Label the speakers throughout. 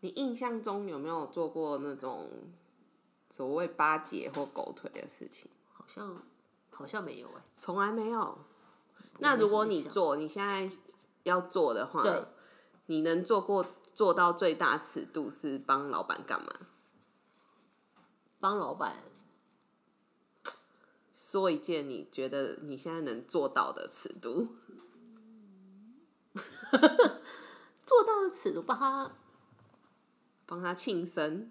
Speaker 1: 你印象中有没有做过那种所谓巴结或狗腿的事情？
Speaker 2: 好像好像没有哎、
Speaker 1: 从来没有。那如果你
Speaker 2: 想
Speaker 1: 做，你现在要做的话，
Speaker 2: 对，
Speaker 1: 你能做过做到最大尺度是帮老板干嘛？
Speaker 2: 帮老板
Speaker 1: 说一件你觉得你现在能做到的尺度，
Speaker 2: 做到的尺度，帮他
Speaker 1: 帮他庆生，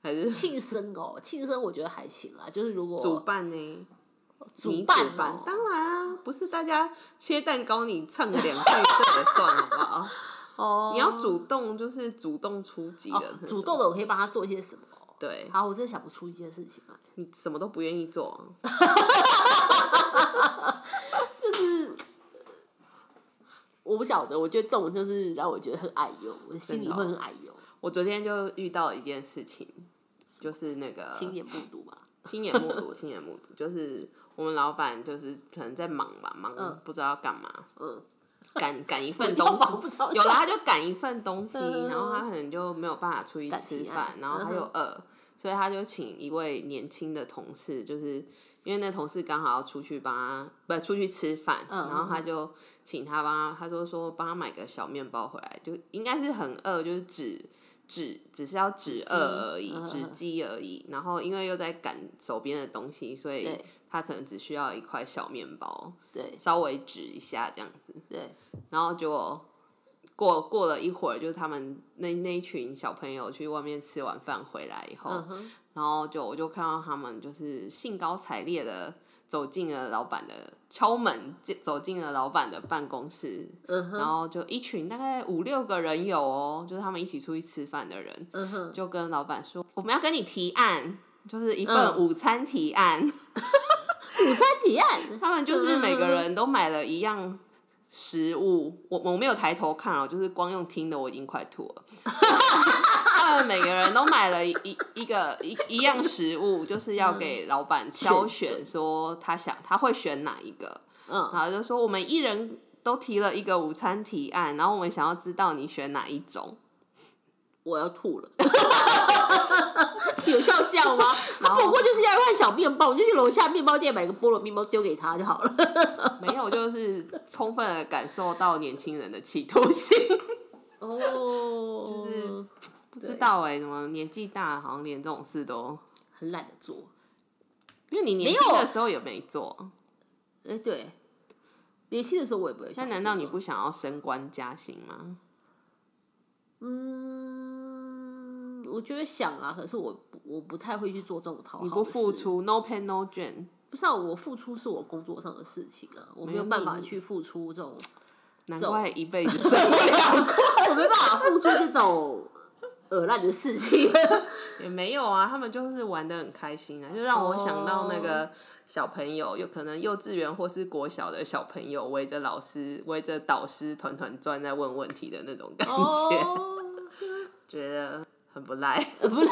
Speaker 1: 还是
Speaker 2: 庆生哦， 庆生我觉得还行啦，就是如果
Speaker 1: 主办呢？你
Speaker 2: 主办,、
Speaker 1: 办
Speaker 2: 哦、
Speaker 1: 当然啊，不是大家切蛋糕你蹭两块这个算好不好？
Speaker 2: 哦，
Speaker 1: 你要主动就是主动出击的
Speaker 2: 哦
Speaker 1: 那种、
Speaker 2: 主动的，我可以帮他做一些什么？
Speaker 1: 对
Speaker 2: 好，我真的想不出一件事情来，
Speaker 1: 你什么都不愿意做，
Speaker 2: 就是我不晓得，我觉得这种就是让我觉得很矮油，我心里
Speaker 1: 真的哦
Speaker 2: 会很矮油，
Speaker 1: 我昨天就遇到一件事情，就是那个
Speaker 2: 亲眼目睹吧。
Speaker 1: 亲眼目睹，亲眼目睹，就是我们老板就是可能在忙吧，忙
Speaker 2: 嗯
Speaker 1: 不知道要干嘛，
Speaker 2: 嗯，
Speaker 1: 赶赶一 份
Speaker 2: 叫
Speaker 1: 东
Speaker 2: 忙不
Speaker 1: 西
Speaker 2: 知道，
Speaker 1: 有
Speaker 2: 干
Speaker 1: 了他就赶一份东西，
Speaker 2: 嗯
Speaker 1: 然后他可能就没有办法出去
Speaker 2: 赶
Speaker 1: 吃
Speaker 2: 提案
Speaker 1: 饭，然后他又
Speaker 2: 嗯
Speaker 1: 饿，所以他就请一位年轻的同事，就是因为那同事刚好要出去帮他不出去吃饭，
Speaker 2: 嗯
Speaker 1: 然后他
Speaker 2: 嗯
Speaker 1: 就请他帮他，他说说帮他买个小面包回来，就应该是很饿，就是止止只是要止饿而已，
Speaker 2: 嗯嗯
Speaker 1: 止
Speaker 2: 嗯
Speaker 1: 饥而已。然后因为又在赶手边的东西，所以
Speaker 2: 对
Speaker 1: 他可能只需要一块小面包，
Speaker 2: 对
Speaker 1: 稍微止一下这样子。
Speaker 2: 对，
Speaker 1: 然后结果过过了一会儿，就是他们那那一群小朋友去外面吃完饭回来以后，
Speaker 2: 嗯哼，
Speaker 1: 然后就我就看到他们就是兴高采烈的走进了老板的敲门，进走进了老板的办公室，
Speaker 2: 嗯
Speaker 1: 然
Speaker 2: 哼，
Speaker 1: 后就一群大概五六个人有哦，就是他们一起出去吃饭的人，
Speaker 2: 嗯哼，
Speaker 1: 就跟老板说我们要跟你提案。就是一份
Speaker 2: 嗯
Speaker 1: 午餐提案，
Speaker 2: 午餐提案，
Speaker 1: 他们就是每个人都买了一样食物，我我没有抬头看哦，就是光用听的我已经快吐了。 他们每个人都买了一一一个一一样食物，就是要给老板挑选，说他想他会选哪一个，
Speaker 2: 嗯，
Speaker 1: 然后就说我们一人都提了一个午餐提案，然后我们想要知道你选哪一种。
Speaker 2: 我要吐了。 有需要这 样吗？他
Speaker 1: 然后
Speaker 2: 不过就是要一块小面包，我就去楼下面包店买个菠萝面包丢给他就好了。
Speaker 1: 没有，就是充分的感受到年轻人的企图心。
Speaker 2: 哦，
Speaker 1: 就是不知
Speaker 2: 对
Speaker 1: 道哎、怎么年纪大了好像连这种事都。
Speaker 2: 很懒得做。
Speaker 1: 因为你年轻的时候也没做，
Speaker 2: 哎、对，年轻的时候我也不会
Speaker 1: 那
Speaker 2: 想做。
Speaker 1: 难道你不想要升官加薪吗？
Speaker 2: 嗯，我觉得想啊，可是我不我不太会去做这种讨好。
Speaker 1: 你不付，出，no pain no gain，
Speaker 2: 不是啊，我付出是我工作上的事情啊，我没有
Speaker 1: 没有
Speaker 2: 办法
Speaker 1: 你
Speaker 2: 去付出这种，
Speaker 1: 难怪一辈子升不了官。
Speaker 2: 我没办法付出这种恶烂的 事情。
Speaker 1: 也没有啊，他们就是玩的很开心啊，就让我想到那个小朋友，有可能幼稚园或是国小的小朋友围着老师、围着导师团团转在问问题的那种感觉，
Speaker 2: 哦，
Speaker 1: 觉得很不赖。
Speaker 2: 不赖，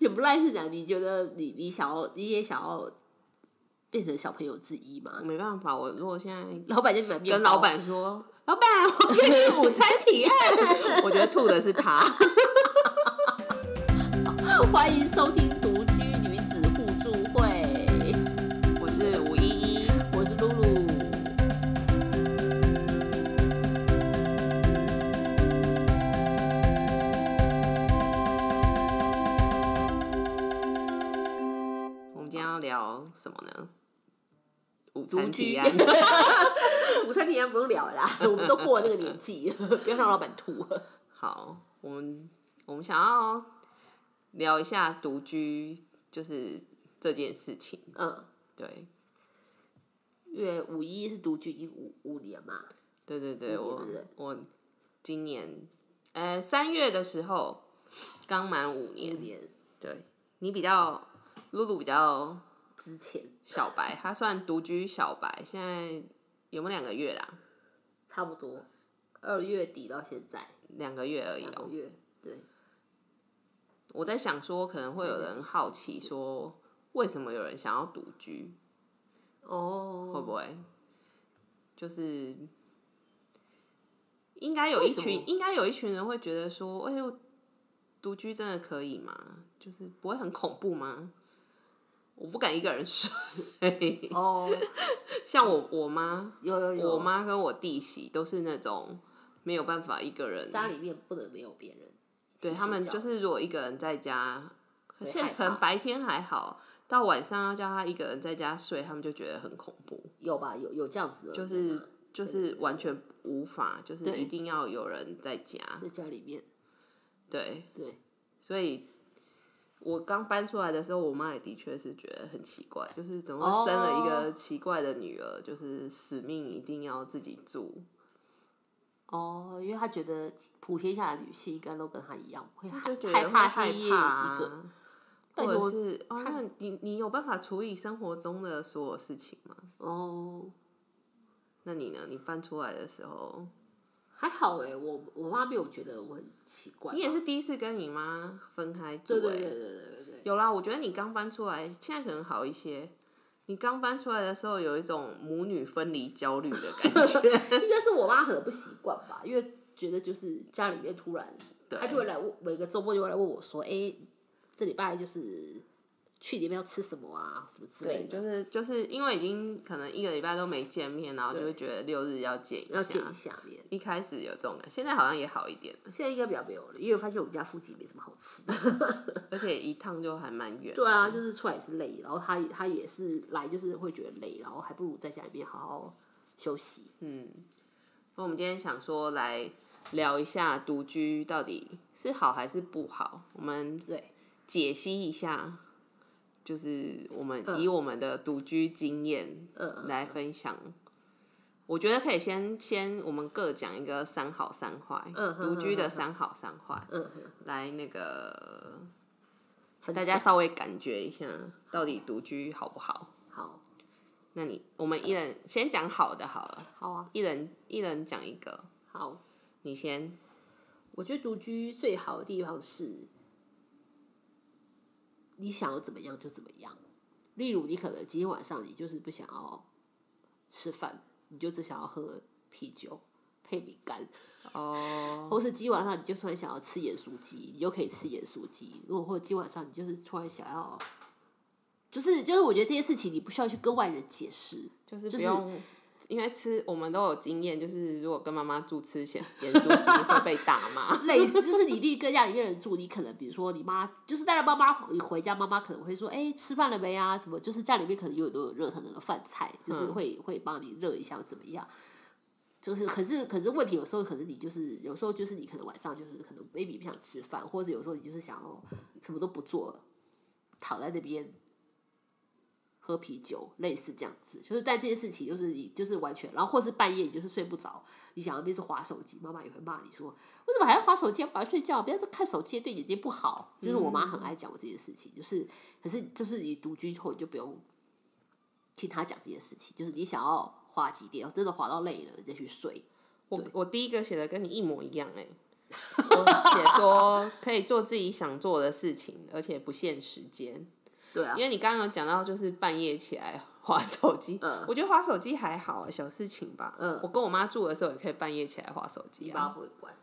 Speaker 2: 也不赖是讲，你觉得你你想要，你也想要变成小朋友之一吗？
Speaker 1: 没办法，我如果现在
Speaker 2: 老板就买面
Speaker 1: 跟
Speaker 2: 包
Speaker 1: 老板说：“老板，我给你午餐提案。” 我觉得吐的是他。
Speaker 2: 欢迎收听独居女子互助会，
Speaker 1: 我是五一一。
Speaker 2: 我是露露。
Speaker 1: 我们今天要聊什么呢？午
Speaker 2: 独
Speaker 1: 餐提
Speaker 2: 居
Speaker 1: 案。，
Speaker 2: 午餐提案不用聊了啦， 我们都过了那个年纪了，不要让老板吐。
Speaker 1: 好，我们我们想要聊一下独居，就是这件事情。
Speaker 2: 嗯，
Speaker 1: 对，
Speaker 2: 因为五一是独居已经五五年嘛，
Speaker 1: 对对对，
Speaker 2: 五
Speaker 1: 我
Speaker 2: 年了
Speaker 1: 我今年呃三月的时候刚满五
Speaker 2: 五
Speaker 1: 年。
Speaker 2: 年
Speaker 1: 对你比较，露露比较
Speaker 2: 之前
Speaker 1: 小白，她算独居小白，现在有没有两个月啦？
Speaker 2: 差不多二月底到现在
Speaker 1: 两个月而已
Speaker 2: 两
Speaker 1: 哦、
Speaker 2: 个月，对，
Speaker 1: 我在想说，可能会有人好奇
Speaker 2: 嗯
Speaker 1: 说，为什么有人想要独居？
Speaker 2: 哦，
Speaker 1: 会不会就是应该有
Speaker 2: 为
Speaker 1: 一
Speaker 2: 什么
Speaker 1: 群，应该有一群人会觉得说，哎呦，独居真的可以吗？就是不会很恐怖吗？我不敢一个人睡，
Speaker 2: 哦，
Speaker 1: 像我我妈，
Speaker 2: 有有有，
Speaker 1: 我妈跟我弟媳都是那种没有办法一个人，
Speaker 2: 家里面不能没有别人。
Speaker 1: 对
Speaker 2: 一起
Speaker 1: 他们
Speaker 2: 睡觉
Speaker 1: 就是如果一个人在家，
Speaker 2: 会
Speaker 1: 现在
Speaker 2: 害
Speaker 1: 可能
Speaker 2: 怕
Speaker 1: 白天还好，到晚上要叫他一个人在家睡，他们就觉得很恐怖，
Speaker 2: 有吧？有有这样子的人啊，
Speaker 1: 就是就是完全无法，就是
Speaker 2: 对
Speaker 1: 一定要有人在家，
Speaker 2: 在家里面，
Speaker 1: 对，
Speaker 2: 对，
Speaker 1: 所以。我刚搬出来的时候，我妈也的确是觉得很奇怪，就是怎么
Speaker 2: 哦
Speaker 1: 会生了一个奇怪的女儿就是死命一定要自己住，
Speaker 2: 哦，因为他觉得普天下的女性应该都跟他一样，会害
Speaker 1: 就觉
Speaker 2: 害
Speaker 1: 得会
Speaker 2: 怕
Speaker 1: 害
Speaker 2: 黑夜
Speaker 1: 怕
Speaker 2: 一
Speaker 1: 啊、
Speaker 2: 个。但
Speaker 1: 或者
Speaker 2: 我
Speaker 1: 是哦，那
Speaker 2: 看
Speaker 1: 你你有办法处理生活中的所有事情吗？
Speaker 2: 哦，
Speaker 1: 那你呢？你搬出来的时候，
Speaker 2: 还好哎、我我妈没有觉得我很奇怪吧。
Speaker 1: 你也是第一次跟你妈分开住、欸，
Speaker 2: 对对对对对对对，
Speaker 1: 有啦。我觉得你刚搬出来，现在可能好一些。你刚搬出来的时候，有一种母女分离焦虑的感 觉。
Speaker 2: 应该是我妈可能不习惯吧，因为觉得就是家里面突然，
Speaker 1: 对
Speaker 2: 她就会来问，每个周末就会来问我说：“哎、这礼拜就是去你们要吃什么啊，什么之
Speaker 1: 对，
Speaker 2: 类
Speaker 1: 就
Speaker 2: 的。
Speaker 1: 是就是因为已经可能一个礼拜都没见面，然后就
Speaker 2: 对
Speaker 1: 会觉得六日要见一”
Speaker 2: 要
Speaker 1: 下。
Speaker 2: 见一下面，
Speaker 1: 一开始有这种感，现在好像也好一点了，
Speaker 2: 现在应该比较没有了，因为我发现我们家附近没什么好吃的。
Speaker 1: 而且一趟就还蛮远。
Speaker 2: 对 啊，就是出来也是累，然后她她也是来就是会觉得累，然后还不如在家里面好好休息。
Speaker 1: 嗯，那我们今天想说来聊一下独居到底是好还是不好，我们
Speaker 2: 对，
Speaker 1: 解析一下，就是我们
Speaker 2: 嗯
Speaker 1: 以我们的独居经验
Speaker 2: 嗯
Speaker 1: 来分享。我觉得可以先先我们各讲一个三好三坏，
Speaker 2: 嗯哼
Speaker 1: 独居的
Speaker 2: 哼哼
Speaker 1: 三好三坏，
Speaker 2: 嗯，
Speaker 1: 来那个
Speaker 2: 分
Speaker 1: 大家
Speaker 2: 享
Speaker 1: 稍微感觉一下，到底独居好不好？
Speaker 2: 好，
Speaker 1: 那你我们一人先讲好的好了，
Speaker 2: 好啊，
Speaker 1: 一人一人讲一个，
Speaker 2: 好。
Speaker 1: 你先。
Speaker 2: 我觉得独居最好的地方是，你想要怎么样就怎么样。例如，你可能今天晚上你就是不想要吃饭，你就只想要喝啤酒配饼干，
Speaker 1: 哦，
Speaker 2: 或是今天晚上你就突然想要吃盐酥鸡，你就可以吃盐酥鸡。如果或者今晚上你就是突然想要，就是就是，我觉得这些事情你不需要去跟外人解释，
Speaker 1: 就是
Speaker 2: 就
Speaker 1: 不
Speaker 2: 是
Speaker 1: 用，因为吃我们都有经验，就是如果跟妈妈住吃咸盐酥鸡会被打骂。
Speaker 2: 类似，就是你弟跟家里面人住，你可能比如说你妈，就是带着妈妈回回家，妈妈可能会说，哎、吃饭了没啊？什么，就是家里面可能有很多有热腾腾的饭菜，就是
Speaker 1: 嗯
Speaker 2: 会会帮你热一下怎么样？就是，可是可是问题有时候可能你就是有时候就是你可能晚上就是可能 maybe 不想吃饭，或者有时候你就是想要什么都不做，躺在那边喝啤酒，类似这样子。就是但这件事情就是你就是完全，然后或是半夜你就是睡不着，你想要边是划手机，妈妈也会骂你说为什么还要划手机？赶快睡觉，不要再看手机，对眼睛不好。就是我妈很爱讲我这件事情，就是可是就是你独居之后你就不用听她讲这件事情，就是你想要划几点，真的划到累了你再去睡。
Speaker 1: 我我第一个写的跟你一模一样 哎、我写说可以做自己想做的事情，而且不限时间。
Speaker 2: 对啊
Speaker 1: 因为你刚刚有讲到，就是半夜起来 划手机，
Speaker 2: 嗯
Speaker 1: 我觉得划手机还好、欸小事情吧。
Speaker 2: 嗯
Speaker 1: 我跟我妈住的时候也可以半夜起来划手机
Speaker 2: 你妈
Speaker 1: 啊。
Speaker 2: 会管。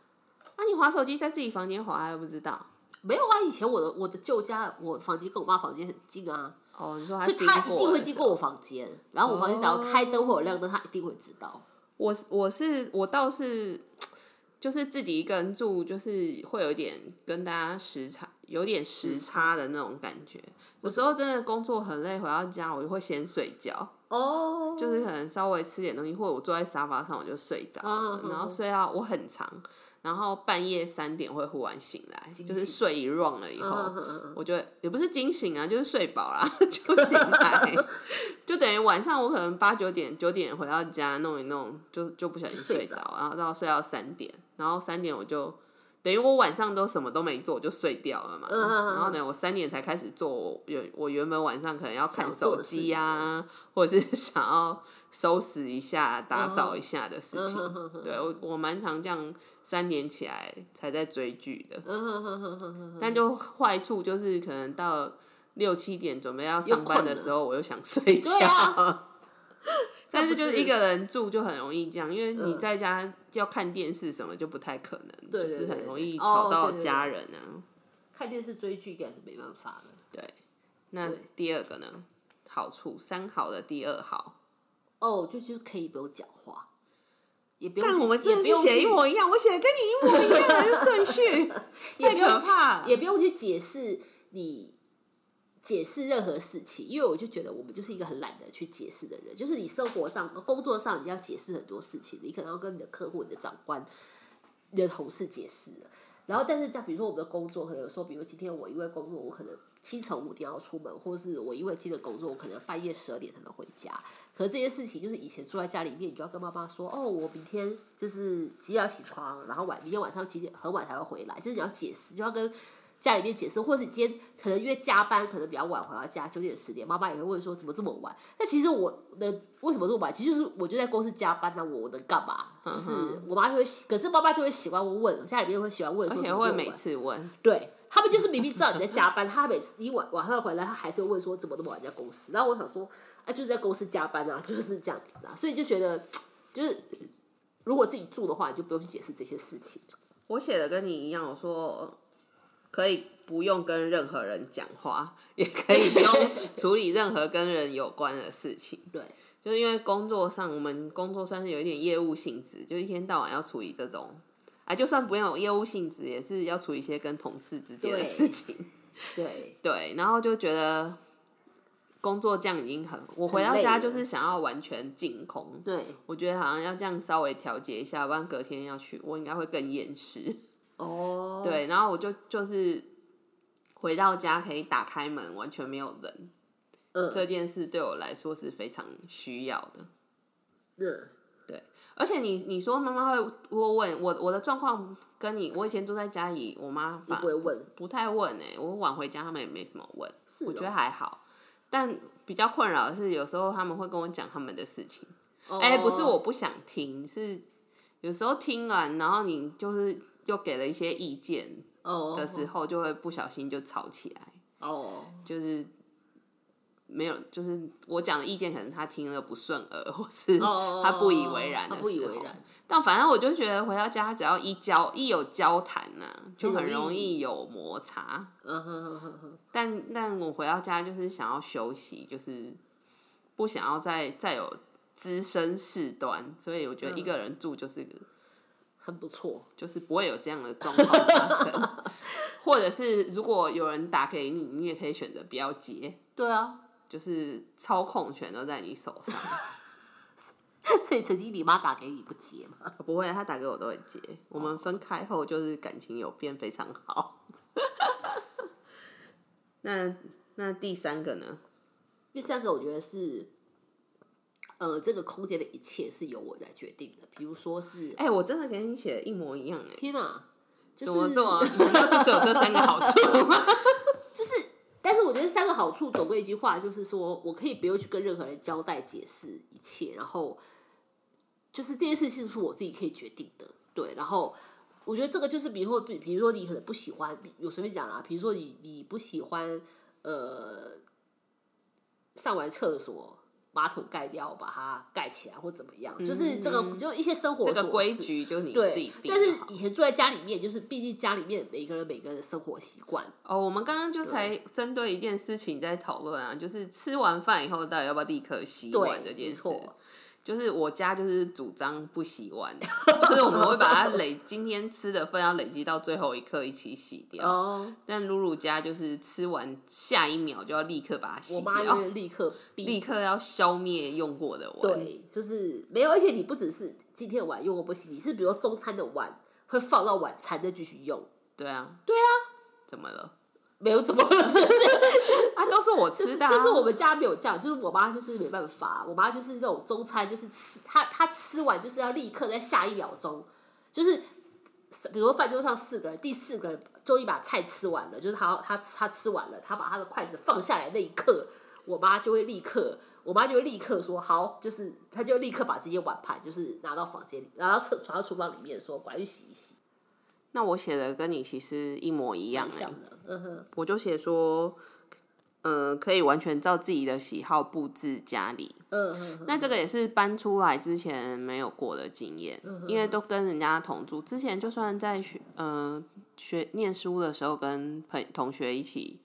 Speaker 1: 那、你划手机在自己房间划，还不知道？
Speaker 2: 没有啊，以前我的我的旧家，我房间跟我妈房间很近啊，
Speaker 1: 哦，你说她
Speaker 2: 所以
Speaker 1: 经
Speaker 2: 她一定
Speaker 1: 过
Speaker 2: 会
Speaker 1: 了哦
Speaker 2: 经过我房间。然后我房间只要开灯或者亮灯，她一定会知道。
Speaker 1: 我是我是我倒是就是自己一个人住，就是会有一点跟大家时差有点时差的那种感觉。有时候真的工作很累，回到家我就会先睡觉，
Speaker 2: 哦，就
Speaker 1: 就是可能稍微吃点东西，或者我坐在沙发上我就睡着了
Speaker 2: 嗯，嗯
Speaker 1: 然后睡到我很长，然后半夜三点会忽然醒来，
Speaker 2: 惊
Speaker 1: 就是
Speaker 2: 醒
Speaker 1: 睡一 round 了以后
Speaker 2: 嗯嗯嗯嗯，
Speaker 1: 我就会也不是惊醒啊，就是睡饱啦 就醒来，就等于晚上我可能八九点九点回到家弄一弄，就就不小心睡着
Speaker 2: 睡，
Speaker 1: 然后到睡到三点，然后三点我就。等于我晚上都什么都没做，我就睡掉了嘛。
Speaker 2: 嗯嗯嗯
Speaker 1: 然后呢，我三点才开始做我原我原本晚上可能要看
Speaker 2: 想做
Speaker 1: 手
Speaker 2: 的事
Speaker 1: 机啊呀、或者是 想要收拾一下、打扫一下的事情。
Speaker 2: 嗯哼
Speaker 1: 对我，我蛮常这样，三点起来才在追剧的。
Speaker 2: 嗯哼哼哼哼哼，
Speaker 1: 但就坏处就是，可能到六七点准备要上班的时候，我又想睡觉。
Speaker 2: 对啊
Speaker 1: 但是就是
Speaker 2: 那不是
Speaker 1: 一个人住就很容易这样，因为你
Speaker 2: 嗯
Speaker 1: 在家要看电视什么就不太可能，
Speaker 2: 对对
Speaker 1: 就是很
Speaker 2: 对
Speaker 1: 容
Speaker 2: 对
Speaker 1: 易
Speaker 2: 哦
Speaker 1: 吵到
Speaker 2: 对对对
Speaker 1: 家人啊。
Speaker 2: 看电视追剧应该是没办法的。
Speaker 1: 对，那
Speaker 2: 对
Speaker 1: 第二个呢？好处三好的第二好，
Speaker 2: 哦，就就是可以不用讲话，也不用去，
Speaker 1: 但我们真的
Speaker 2: 也不
Speaker 1: 是
Speaker 2: 用
Speaker 1: 写
Speaker 2: 去
Speaker 1: 一模一样，我写的跟你一模一样的顺序，
Speaker 2: 也
Speaker 1: 太
Speaker 2: 不用
Speaker 1: 可怕了。
Speaker 2: 也不用去解释你解释任何事情，因为我就觉得我们就是一个很懒得去解释的人。就是你生活上、工作上，你要解释很多事情，你可能要跟你的客户、你的长官、你的同事解释了然后，但是像比如说我们的工作，可能有时候，比如今天我因为工作，我可能清晨五点要出门，或是我因为今天的工作，我可能半夜十二点才能回家。可是这些事情就是以前住在家里面，你就要跟妈妈说，哦，我明天就是几点要起床，然后晚明天晚上几点很晚才会回来，就是你要解释，就要跟家里面解释，或是你今天可能因为加班，可能比较晚回到家，九点十点，妈妈也会问说怎么这么晚？那其实我能为什么这么晚？其实就是我就在公司加班那、我能干嘛？就是我妈就会，可是妈妈就会喜欢问，家里面会喜欢问
Speaker 1: 而
Speaker 2: 说
Speaker 1: 且
Speaker 2: 怎么
Speaker 1: 会
Speaker 2: 这么
Speaker 1: 每
Speaker 2: 晚？
Speaker 1: 次问，
Speaker 2: 对他们就是明明知道你在加班，他每次你晚晚上回来，他还是会问说怎么那么晚在公司。然后我想说，啊，就是在公司加班啊，就是这样子啊，所以就觉得就是如果自己住的话，你就不用去解释这些事情。
Speaker 1: 我写的跟你一样，我说可以不用跟任何人讲话，也可以不用 处理任何跟人有关的事情。
Speaker 2: 对，
Speaker 1: 就是因为工作上，我们工作算是有一点业务性质，就一天到晚要处理这种，啊，就算不用有业务性质，也是要处理一些跟同事之间的
Speaker 2: 对
Speaker 1: 事情。
Speaker 2: 对，
Speaker 1: 对，然后就觉得工作这样已经很，我回到
Speaker 2: 很累
Speaker 1: 家
Speaker 2: 了
Speaker 1: 就是想要完全净空。
Speaker 2: 对，
Speaker 1: 我觉得好像要这样稍微调节一下，不然隔天要去，我应该会更厌世。
Speaker 2: 哦，
Speaker 1: 对，然后我就就是回到家可以打开门，完全没有人，
Speaker 2: 嗯，
Speaker 1: 这件事对我来说是非常需要的。
Speaker 2: 嗯，
Speaker 1: 对，而且你你说妈妈会多问我，我的状况跟你，我以前住在家里，我妈
Speaker 2: 你
Speaker 1: 反
Speaker 2: 不会问，
Speaker 1: 不太问哎、我晚回家他们也没什么问，
Speaker 2: 是
Speaker 1: 我觉得
Speaker 2: 哦
Speaker 1: 还好。但比较困扰的是，有时候他们会跟我讲他们的事情，哎、
Speaker 2: 哎
Speaker 1: 不是我，不想听，是有时候听完，然后你就是又给了一些意见
Speaker 2: 哦
Speaker 1: 的时候，就会不小心就吵起来，
Speaker 2: 哦，
Speaker 1: 就是。没有，就是我讲的意见，可能他听了不顺耳，或是
Speaker 2: 哦
Speaker 1: 他不以为然的时
Speaker 2: 他
Speaker 1: 候，
Speaker 2: 不以为然，
Speaker 1: 但反正我就觉得回到家，只要一交一有交谈呢、就很容
Speaker 2: 容
Speaker 1: 易
Speaker 2: 易
Speaker 1: 有摩擦。
Speaker 2: 嗯哼哼哼哼，
Speaker 1: 但但我回到家就是想要休息，就是不想要再再有滋生事端，所以我觉得一个人住就是、
Speaker 2: 很不错，
Speaker 1: 就是不会有这样的状况发 生。或者是如果有人打给你，你也可以选择不要接，
Speaker 2: 对啊，
Speaker 1: 就是操控权都在你手上。
Speaker 2: 所以曾经你妈打给你不接嘛，
Speaker 1: 不会，他打给我都会接。我们分开后就是感情有变非常好。 那那第三个呢？
Speaker 2: 第三个我觉得是。呃，这个空间的一切是由我在决定的，比如说是，
Speaker 1: 哎、我真的给你写的一模一样哎、
Speaker 2: 天哪，就
Speaker 1: 怎么
Speaker 2: 是
Speaker 1: 这么？难道就只有这三个好处 吗？
Speaker 2: 就是，但是我觉得三个好处，总归一句话，就是说我可以不用去跟任何人交代、解释一切，然后就是这件事情是我自己可以决定的，对。然后我觉得这个就是，比如说，比比如说你可能不喜欢，比我随便讲啦，比如说你你不喜欢呃上完厕所。马桶盖掉，把它盖起来或怎么样，就是这个，就一些生活
Speaker 1: 嗯这个
Speaker 2: 琐
Speaker 1: 规
Speaker 2: 事
Speaker 1: 矩就是你自己
Speaker 2: 对。
Speaker 1: 定
Speaker 2: 但
Speaker 1: 的
Speaker 2: 是
Speaker 1: 好。
Speaker 2: 以前住在家里面，就是毕竟家里面每个人每个人的生活习惯，
Speaker 1: 哦，我们刚刚就才针对一件事情在讨论啊，就是吃完饭以后到底要不要立刻洗
Speaker 2: 对
Speaker 1: 碗，这件
Speaker 2: 没
Speaker 1: 事。
Speaker 2: 错，
Speaker 1: 就是我家就是主张不洗碗，就是我们会 把它累今天吃的份要累积到最后一刻一起洗掉。
Speaker 2: 哦，
Speaker 1: 但露露家就是吃完下一秒就要立刻把它洗
Speaker 2: 我妈
Speaker 1: 掉
Speaker 2: 就，是哦立刻逼
Speaker 1: 立刻要消灭用过的碗。
Speaker 2: 对，就是没有，而且你不只是今天的碗用过不洗，你是比如说中餐的碗会放到晚餐再继续用，
Speaker 1: 对啊，
Speaker 2: 对啊，
Speaker 1: 怎么了？
Speaker 2: 没有怎么了，就是
Speaker 1: 啊，都是我
Speaker 2: 就
Speaker 1: 吃
Speaker 2: 是
Speaker 1: 的、啊
Speaker 2: 就是我们家没有这样，就是我妈就是没办法，我妈就是这种中餐就是吃她她吃完就是要立刻在下一秒钟，就是比如说饭桌上四个人，第四个人终于把菜吃完了，就是她她她吃完了，她把她的筷子放下来那一刻，我妈就会立刻，我妈就会立刻说好，就是她就立刻把这些碗盘就是拿到房间里，拿到厕传到厨房里面说赶紧洗一洗，
Speaker 1: 那我写的跟你其实一模一样
Speaker 2: 这
Speaker 1: 哎、
Speaker 2: 样的，嗯哼，
Speaker 1: 我就写说呃，可以完全照自己的喜好布置家里。
Speaker 2: 嗯嗯嗯
Speaker 1: 那这个也是搬出来之前没有过的经验，
Speaker 2: 嗯
Speaker 1: 因为都跟人家同住。之前就算在学呃学念书的时候，跟朋同学一起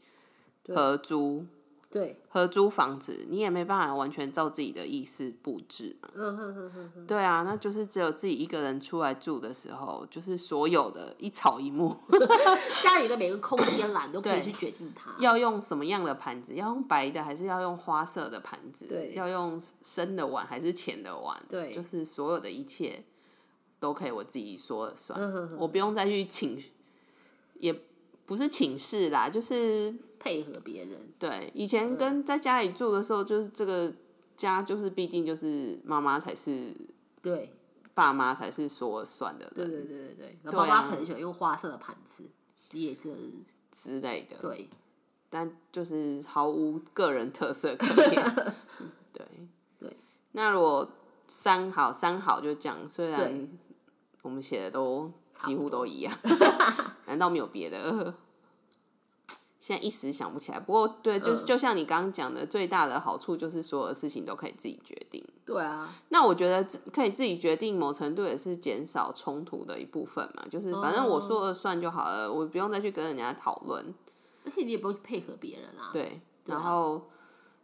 Speaker 1: 合租
Speaker 2: 对，
Speaker 1: 合租房子，你也没办法完全照自己的意思布置嘛。
Speaker 2: 嗯哼哼哼哼，
Speaker 1: 对啊，那就是只有自己一个人出来住的时候，就是所有的一草一木
Speaker 2: 家里的每个空间啦，你都可以
Speaker 1: 对
Speaker 2: 去决定它。
Speaker 1: 要用什么样的盘子，要用白的还是要用花色的盘子？
Speaker 2: 对
Speaker 1: 要用深的碗还是浅的碗？
Speaker 2: 对
Speaker 1: 就是所有的一切都可以我自己说了算，
Speaker 2: 嗯哼哼
Speaker 1: 我不用再去请，也不是请示啦，就是
Speaker 2: 配合别人，
Speaker 1: 对以前跟在家里住的时候，就是这个家就是毕竟就是妈妈才是
Speaker 2: 对
Speaker 1: 爸妈才是说了算的
Speaker 2: 对
Speaker 1: 人
Speaker 2: 对对对对。然后
Speaker 1: 对啊
Speaker 2: 爸妈可能喜欢用花色的盘子，也这
Speaker 1: 之类的，
Speaker 2: 对
Speaker 1: 但就是毫无个人特色可 言。对
Speaker 2: 对，
Speaker 1: 那如果三好三好就这样，虽然
Speaker 2: 对
Speaker 1: 我们写的都
Speaker 2: 不多
Speaker 1: 几乎都 一样，难道没有别的？ 呃现在一时想不起来。不过对，就是、
Speaker 2: 嗯
Speaker 1: 就像你刚刚讲的，最大的好处就是所有事情都可以自己决定。
Speaker 2: 对啊，
Speaker 1: 那我觉得自可以自己决定，某程度也是减少冲突的一部分嘛。就是反正我说了算就好了，我不用再去跟人家讨论。
Speaker 2: 而且你也不用去配合别人啊。
Speaker 1: 对，
Speaker 2: 啊
Speaker 1: 然后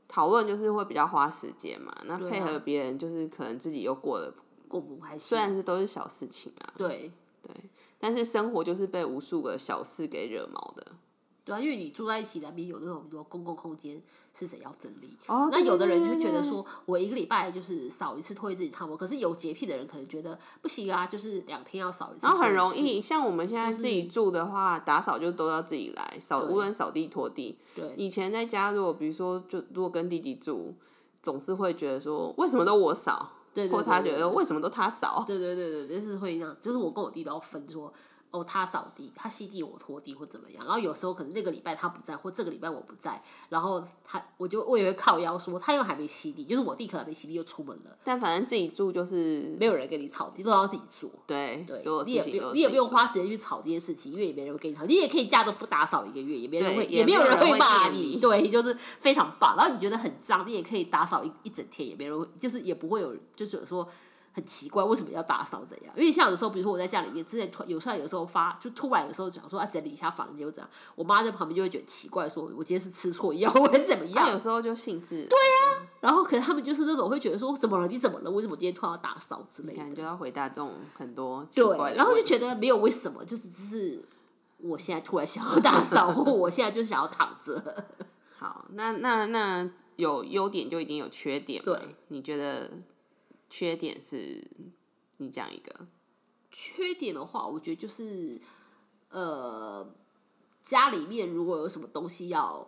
Speaker 1: 讨论就是会比较花时间嘛。那
Speaker 2: 对啊
Speaker 1: 配合别人，就是可能自己又过得，
Speaker 2: 过不开心。
Speaker 1: 虽然是都是小事情啊，
Speaker 2: 对
Speaker 1: 但是生活就是被无数个小事给惹毛的。
Speaker 2: 对啊，因为你住在一起，难免有那种比如说公共空间是谁要整理。
Speaker 1: 哦
Speaker 2: 那
Speaker 1: 对
Speaker 2: 有的人就
Speaker 1: 对
Speaker 2: 觉得
Speaker 1: 对
Speaker 2: 说，我一个礼拜就是扫一次拖一次差不多。可是有洁癖的人可能觉得不行啊，就是两天要扫一次。
Speaker 1: 然后很容。易，像我们现在自己住的话，打扫就都要自己来扫，
Speaker 2: 对
Speaker 1: 无论扫地拖地。
Speaker 2: 对
Speaker 1: 以前在家，如果比如说就如果跟弟弟住，总是会觉得说为什么都我扫，
Speaker 2: 对对
Speaker 1: 或
Speaker 2: 对
Speaker 1: 他
Speaker 2: 对
Speaker 1: 觉得
Speaker 2: 对
Speaker 1: 为什么都他扫。
Speaker 2: 对对对对，就是会那样，就是我跟我弟都要分说。哦，他扫地，他吸地，我拖地或怎么样。然后有时候可能那个礼拜他不在，或这个礼拜我不在，然后他我就我也会靠腰说，他又还没吸地，就是我弟可能还没吸地又出门了，
Speaker 1: 但反正自己住就是
Speaker 2: 没有人跟你吵，你都要自己做。
Speaker 1: 对，
Speaker 2: 对
Speaker 1: 所有，
Speaker 2: 你
Speaker 1: 事
Speaker 2: 也
Speaker 1: 情
Speaker 2: 不
Speaker 1: 都
Speaker 2: 用，你也不用
Speaker 1: 自己做
Speaker 2: 花时间去吵这些事情，因为也没人会跟你吵。你也可以假都不打扫一个月，也没人
Speaker 1: 对
Speaker 2: 会，
Speaker 1: 也
Speaker 2: 没有
Speaker 1: 没有
Speaker 2: 人
Speaker 1: 人
Speaker 2: 会
Speaker 1: 会
Speaker 2: 骂
Speaker 1: 念你
Speaker 2: 对，就是非常棒。然后你觉得很脏，你也可以打扫一一整天，也没人会，就是也不会有，就是有说很奇怪为什么要打扫怎样。因为像有时候，比如说我在家里面之前突有时候有时候发，就突然有时候想说啊整理一下房间或怎样，我妈在旁边就会觉得奇怪，说我今天是吃错药，我 怎么样
Speaker 1: 啊他？有时候就兴致对，
Speaker 2: 然后可能他们就是那种会觉得说怎么了？你怎么了？为什么今天突然要打扫之类的？
Speaker 1: 感觉要回答这种很多奇怪的
Speaker 2: 对，然后就
Speaker 1: 问题
Speaker 2: 觉得没有为什么，就是只是我现在突然想要打扫， 或我现在就想要躺着。
Speaker 1: 好，那那那有优点就一定有缺点嘛，
Speaker 2: 对
Speaker 1: 你觉得缺点是？你讲一个，
Speaker 2: 缺点的话，我觉得就是呃，家里面如果有什么东西要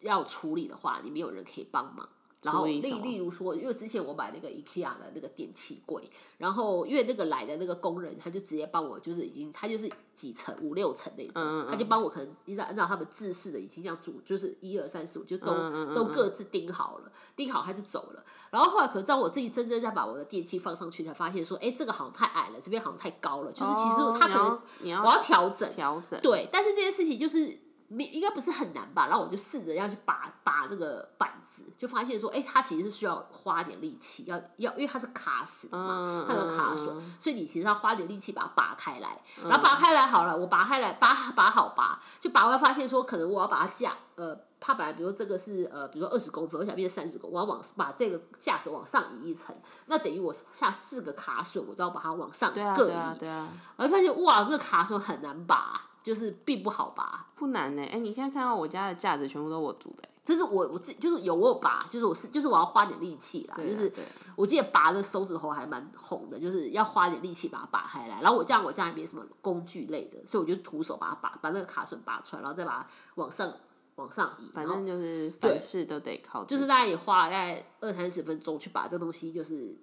Speaker 2: 要处理的话，你没有人可以帮忙。然后
Speaker 1: 处
Speaker 2: 例
Speaker 1: 理什么
Speaker 2: 例如说，因为之前我买那个 IKEA 的那个电器柜，然后因为那个来的那个工人，他就直接帮我，就是已经他就是几层五六层那种，
Speaker 1: 嗯嗯嗯
Speaker 2: 他就帮我可能依照按照他们制式的已经这样组，就是一二三四五就都、
Speaker 1: 嗯嗯嗯
Speaker 2: 都各自钉好了，钉好他就走了。然后后来可能当我自己真正在把我的电器放上去，才发现说，哎，这个好像太矮了，这边好像太高了，就是其实
Speaker 1: 哦
Speaker 2: 他可能、
Speaker 1: 你
Speaker 2: 我
Speaker 1: 要你
Speaker 2: 要
Speaker 1: 要
Speaker 2: 调整，
Speaker 1: 调整，
Speaker 2: 对，但是这件事情就是没应该不是很难吧？然后我就试着要去拔拔那个板子，就发现说，哎、它其实是需要花点力气，要要，因为它是卡死的嘛
Speaker 1: 嗯，
Speaker 2: 它有卡
Speaker 1: 嗯
Speaker 2: 锁
Speaker 1: 嗯，
Speaker 2: 所以你其实要花点力气把它拔开来。然后拔开来好了，我拔开来拔拔好拔，就拔完发现说，可能我要把它架呃。它本来，比如说这个是呃，比如说二十公分，我想变成三十公分，我要往把这个架子往上移一层，那等于我下四个卡榫，我都要把它往上
Speaker 1: 对啊
Speaker 2: 各
Speaker 1: 对
Speaker 2: 移。
Speaker 1: 啊对啊，
Speaker 2: 我就发现哇，这个卡手很难拔，就是并不好拔。
Speaker 1: 不难呢。哎，你现在看到我家的架子全部都我组的欸，
Speaker 2: 就是我我自己就是有我有拔，就是我是就是我要花点力气啦，
Speaker 1: 对啊
Speaker 2: 就是
Speaker 1: 对啊
Speaker 2: 我记得拔的手指头还蛮红的，就是要花点力气把它拔开来。然后我这样我家里没什么工具类的，所以我就徒手把它拔把那个卡榫拔出来，然后再把它往上往上移。
Speaker 1: 反
Speaker 2: 然后
Speaker 1: 正就是凡事都得靠自
Speaker 2: 就
Speaker 1: 己，
Speaker 2: 是大概也花了大概二三十分钟去把这东西就是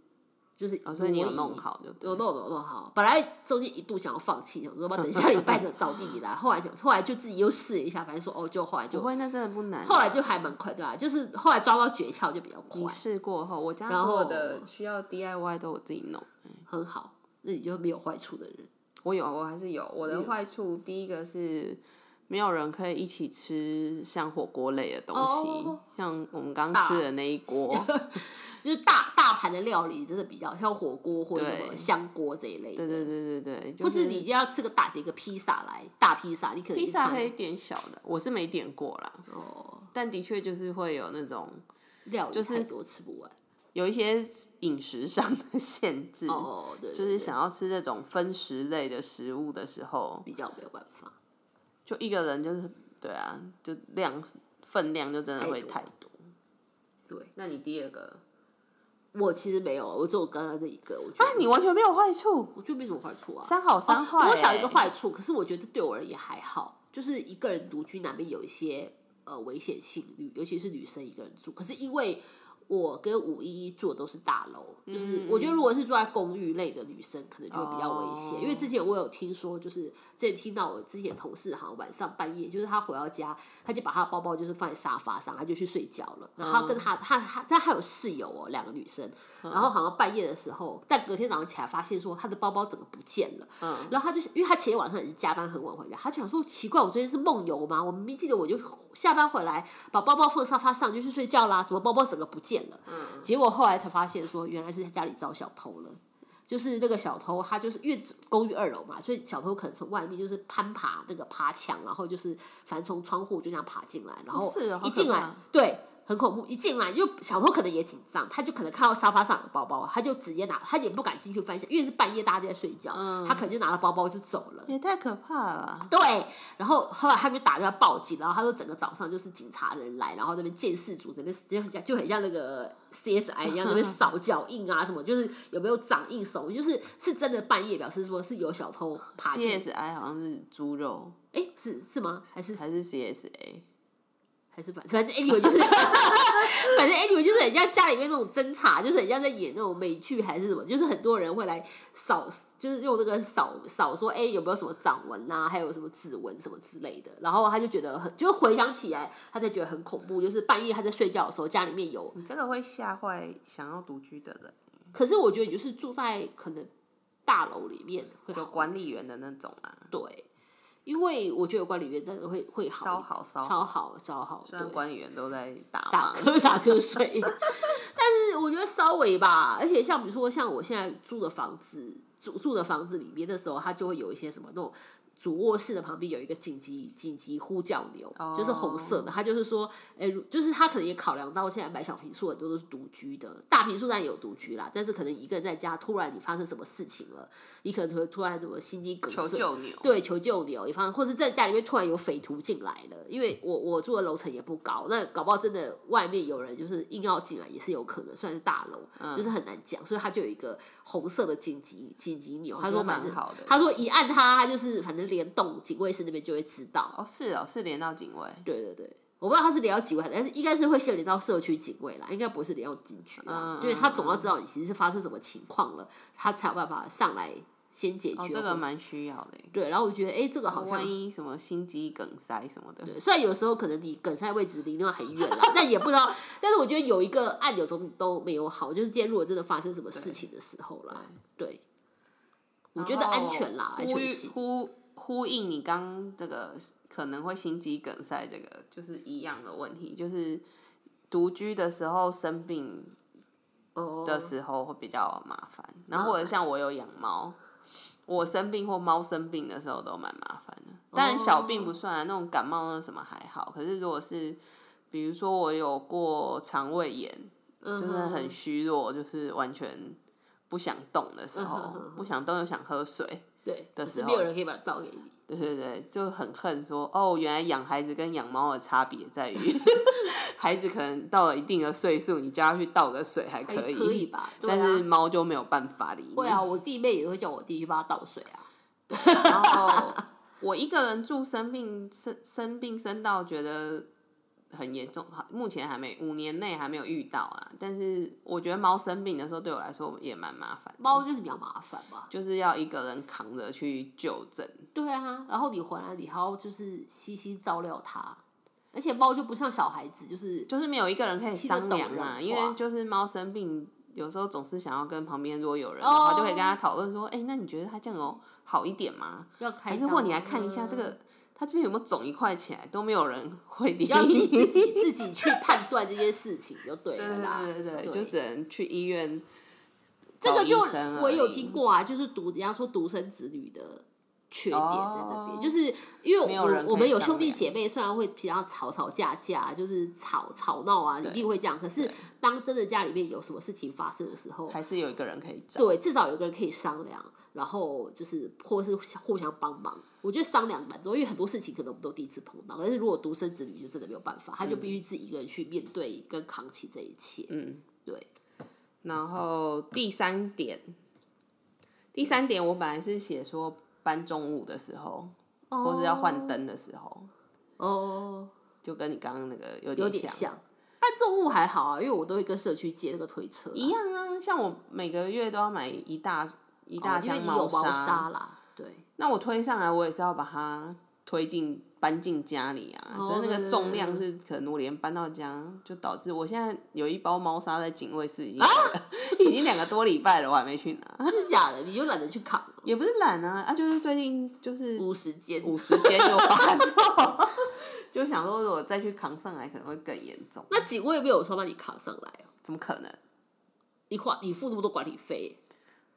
Speaker 2: 就是
Speaker 1: 哦，所以你有
Speaker 2: 挪移
Speaker 1: 弄好就对
Speaker 2: 有。弄有弄好，本来中间一度想要放弃，想说吧，等下礼拜的找弟弟来，后来想，后来就自己又试了一下，反正说哦，就后来就
Speaker 1: 不会，那真的不难。欸
Speaker 2: 后来就还蛮快，对吧、就是后来抓到诀窍就比较快
Speaker 1: 你，试过后，我家
Speaker 2: 然
Speaker 1: 所有
Speaker 2: 后
Speaker 1: 的需要 DIY 都我自己弄。
Speaker 2: 很好，那你就没有坏处的人，
Speaker 1: 我有，我还是有。我的
Speaker 2: 有
Speaker 1: 坏处第一个是没有人可以一起吃像火锅类的东西，
Speaker 2: 哦
Speaker 1: 像我们刚吃的那一锅，
Speaker 2: 就是大大盘的料理真的比较像火锅或者什么
Speaker 1: 对
Speaker 2: 香锅这一类的。
Speaker 1: 对对对对 对，就
Speaker 2: 不是你就要吃个大的一个披萨来，大披萨，你可能
Speaker 1: 披萨
Speaker 2: 一餐
Speaker 1: 可以点小的，我是没点过啦，
Speaker 2: 哦，
Speaker 1: 但的确就是会有那种
Speaker 2: 料理
Speaker 1: 就是
Speaker 2: 太多吃不完。
Speaker 1: 有一些饮食上的限制，
Speaker 2: 哦，对，对
Speaker 1: 嗯就是
Speaker 2: 对
Speaker 1: 想要吃这种分食类的食物的时候，
Speaker 2: 比较没有办法，
Speaker 1: 就一个人就是对啊，就量分量就真的会太
Speaker 2: 太
Speaker 1: 多。
Speaker 2: 对
Speaker 1: 那你第二个，
Speaker 2: 我其实没有，我只有刚刚那一个，我觉得、
Speaker 1: 啊，你完全没有坏处，
Speaker 2: 我觉得没什么坏处啊。
Speaker 1: 三好三坏、欸
Speaker 2: 哦我想一个坏处，可是我觉得对我而言还好，就是一个人独居难免有一些呃危险性，女尤其是女生一个人住。可是因为我跟五一一住的都是大楼，就是我觉得如果是住在公寓类的女生，可能就会比较危险。
Speaker 1: 哦
Speaker 2: 因为之前我有听说，就是之前听到我之前同事好像晚上半夜，就是她回到家，她就把她的包包就是放在沙发上，她就去睡觉了。然后她跟她她她她还有室友哦，两个女生。然后好像半夜的时候，但隔天早上起来发现说她的包包怎么不见了。
Speaker 1: 嗯
Speaker 2: 然后他就因为他前天晚上也是加班很晚回家，他就想说奇怪，我昨天是梦游吗？我明明记得我就下班回来把包包放沙发上就去睡觉啦，怎么包包整个不见了？
Speaker 1: 嗯
Speaker 2: 结果后来才发现说原来是在家里遭小偷了。就是那个小偷，他就是因为公寓二楼嘛，所以小偷可能从外面就是攀爬那个爬墙，然后就是反正从窗户就这样爬进来，然后
Speaker 1: 是哦好
Speaker 2: 一
Speaker 1: 可
Speaker 2: 进来
Speaker 1: 怕，
Speaker 2: 对，很恐怖。一进来，就小偷可能也紧张，他就可能看到沙发上有包包，他就直接拿，他也不敢进去翻一下，因为是半夜大家都在睡觉，他可能就拿了包包就走了。
Speaker 1: 也太可怕了吧。
Speaker 2: 对，然后后来他们就打电话报警，然后他说整个早上就是警察人来，然后那边监视组这边就很像就很像那个 CSI 一样，那边扫脚印啊什么，就是有没有掌印手，就是是真的半夜表示说是有小偷爬进，
Speaker 1: CSI 好像是猪肉
Speaker 2: 哎是是吗？还是
Speaker 1: 还是 CSA？
Speaker 2: 还是反 反正 anyway 就是，反正 anyway 就是很像家里面那种侦查，就是很像在演那种美剧还是什么，就是很多人会来扫，就是用那个扫扫说，哎、有没有什么掌纹啊，还有什么指纹什么之类的，然后他就觉得很，就是回想起来，他才觉得很恐怖，就是半夜他在睡觉的时候，家里面有，
Speaker 1: 你真的会吓坏想要独居的人，
Speaker 2: 可是我觉得你就是住在可能大楼里面会
Speaker 1: 有
Speaker 2: 好，
Speaker 1: 管理员的那种啊，
Speaker 2: 对。因为我觉得有管理员真的会会好一
Speaker 1: 稍
Speaker 2: 点，
Speaker 1: 好稍
Speaker 2: 稍好稍好，
Speaker 1: 虽然
Speaker 2: 对
Speaker 1: 管理员都在打
Speaker 2: 打
Speaker 1: 忙，哦
Speaker 2: 瞌打瞌睡。但是我觉得稍微吧，而且像比如说像我现在住的房子，住住的房子里面的时候，它就会有一些什么那种。主卧室的旁边有一个紧急紧急呼叫钮
Speaker 1: 哦
Speaker 2: 就是红色的。它就是说，哎、如就是他可能也考量到现在买小平数很多都是独居的，大平数当然也有独居啦，但是可能一个人在家，突然你发生什么事情了，你可能会突然怎么心肌梗塞，
Speaker 1: 求救你。
Speaker 2: 对，求救你哦，一方或是在家里面突然有匪徒进来了，因为
Speaker 1: 嗯
Speaker 2: 我我住的楼层也不高，那搞不好真的外面有人就是硬要进来也是有可能，虽然是大楼，
Speaker 1: 嗯
Speaker 2: 就是很难讲，所以他就有一个红色的紧急紧急钮，他
Speaker 1: 觉
Speaker 2: 说
Speaker 1: 得蛮
Speaker 2: 反正
Speaker 1: 好的
Speaker 2: 他说一按它，他就是反正联动警卫室那边就会知道，
Speaker 1: 哦，是哦，是连到警卫。
Speaker 2: 对对对。我不知道他是连到警卫，但是应该是会先连到社区警卫啦，应该不是连到警局啦，
Speaker 1: 嗯
Speaker 2: 因为他总要知道你其实是发生什么情况了，他才有办法上来先解决或
Speaker 1: 哦，
Speaker 2: 者。
Speaker 1: 这个蛮需要的耶。
Speaker 2: 对，然后我觉得，哎、这个好像
Speaker 1: 万一什么心肌梗塞什么的，
Speaker 2: 对虽然有时候可能你梗塞位置离那很远了， 但也不知道。但是我觉得有一个按钮从都没有好，就是今天如果真的发生什么事情的时候啦，对，我觉得
Speaker 1: 然后
Speaker 2: 安全啦，安
Speaker 1: 呼
Speaker 2: 全
Speaker 1: 吁
Speaker 2: 性。
Speaker 1: 呼呼应你刚这个可能会心肌梗塞这个就是一样的问题，就是独居的时候生病
Speaker 2: 哦，
Speaker 1: 的时候会比较麻烦，然后或者像我有养猫，我生病或猫生病的时候都蛮麻烦的。
Speaker 2: 哦
Speaker 1: 当然小病不算啊，那种感冒那种什么还好，可是如果是比如说我有过肠胃炎，
Speaker 2: 嗯
Speaker 1: 就是
Speaker 2: 哼
Speaker 1: 很虚弱，就是完全不想动的时
Speaker 2: 嗯
Speaker 1: 候
Speaker 2: 哼哼，
Speaker 1: 不想动又想喝水，
Speaker 2: 对，
Speaker 1: 的
Speaker 2: 可
Speaker 1: 时
Speaker 2: 是
Speaker 1: 候
Speaker 2: 没有人可以把它倒给你，
Speaker 1: 对对对，就很恨说哦，原来养孩子跟养猫的差别在于， 孩子可能到了一定的岁数，你叫他去倒个水还
Speaker 2: 还
Speaker 1: 可以，
Speaker 2: 可以吧？对
Speaker 1: 但是
Speaker 2: 啊，
Speaker 1: 猫就没有办法理你。
Speaker 2: 会 啊，我弟妹也会叫我弟去帮他倒水啊。
Speaker 1: 然后我一个人住，生病生生病生到觉得很严重，好目前还没五年内还没有遇到啊。但是我觉得猫生病的时候对我来说也蛮麻烦的，
Speaker 2: 猫应该是比较麻烦吧？
Speaker 1: 就是要一个人扛着去就诊。
Speaker 2: 对啊，然后你回来，你还要就是悉心照料它，而且猫就不像小孩子，就是
Speaker 1: 就是没有一个人可以商量
Speaker 2: 听得懂人话
Speaker 1: 啊，因为就是猫生病，有时候总是想要跟旁边如果有人的话
Speaker 2: 哦
Speaker 1: 就可以跟他讨论说，哎、那你觉得他这样有好一点吗？
Speaker 2: 要
Speaker 1: 还
Speaker 2: 开刀啊。
Speaker 1: 是或你来看一下这个他这边有没有肿一块起来，都没有人会理
Speaker 2: 你要自己
Speaker 1: 你。
Speaker 2: 自己自己去判断这件事情就对
Speaker 1: 对
Speaker 2: 了啦。
Speaker 1: 对对对，
Speaker 2: 对
Speaker 1: 就只能去医院
Speaker 2: 这
Speaker 1: 找
Speaker 2: 个
Speaker 1: 医
Speaker 2: 就
Speaker 1: 生而
Speaker 2: 我有
Speaker 1: 已
Speaker 2: 听过啊，就是独人家说独生子女的缺点在那边，
Speaker 1: 哦
Speaker 2: 就是因为
Speaker 1: 没有
Speaker 2: 我
Speaker 1: 人
Speaker 2: 我
Speaker 1: 可
Speaker 2: 们
Speaker 1: 以
Speaker 2: 有
Speaker 1: 商
Speaker 2: 兄弟
Speaker 1: 量
Speaker 2: 姐妹，虽然会平常吵吵架架，就是吵吵闹啊，一定会这样。可是当真的家里面有什么事情发生的时候，
Speaker 1: 还是有一个人可以找。
Speaker 2: 对，至少有个人可以商量，然后就是或是互相帮忙。我觉得商量蛮重要，因为很多事情可能我们都第一次碰到，但是如果独生子女就真的没有办法，他就必须自己一个人去面对跟扛起这一切。
Speaker 1: 嗯，
Speaker 2: 对，
Speaker 1: 然后第三点，第三点我本来是写说搬重物的时候，或是要换灯的时候，
Speaker 2: 哦，
Speaker 1: 就跟你刚刚那个有
Speaker 2: 有
Speaker 1: 点
Speaker 2: 点
Speaker 1: 像。
Speaker 2: 像。但重物还好啊，因为我都会跟社区借那个推车啊，
Speaker 1: 一样啊，像我每个月都要买一大一大
Speaker 2: 哦因为
Speaker 1: 箱
Speaker 2: 你有
Speaker 1: 砂，
Speaker 2: 沙啦，对，
Speaker 1: 那我推上来，我也是要把它推进搬进家里啊。
Speaker 2: 哦
Speaker 1: 可是那
Speaker 2: 对
Speaker 1: 个
Speaker 2: 对
Speaker 1: 重量是，可能我连搬到家，就导致我现在有一包猫砂在警卫室，已经、
Speaker 2: 啊
Speaker 1: 已经两个 多礼拜了，我还没去拿。
Speaker 2: 是假的，你就懒得去扛 了，
Speaker 1: 也不是懒啊，啊，就是最近就是
Speaker 2: 无时间。
Speaker 1: 五十天就发作， 就想说如果再去扛上来，可能会更严重。
Speaker 2: 那警卫没有说帮你扛上来哦，
Speaker 1: 怎么可能？
Speaker 2: 你花你付那么多管理费，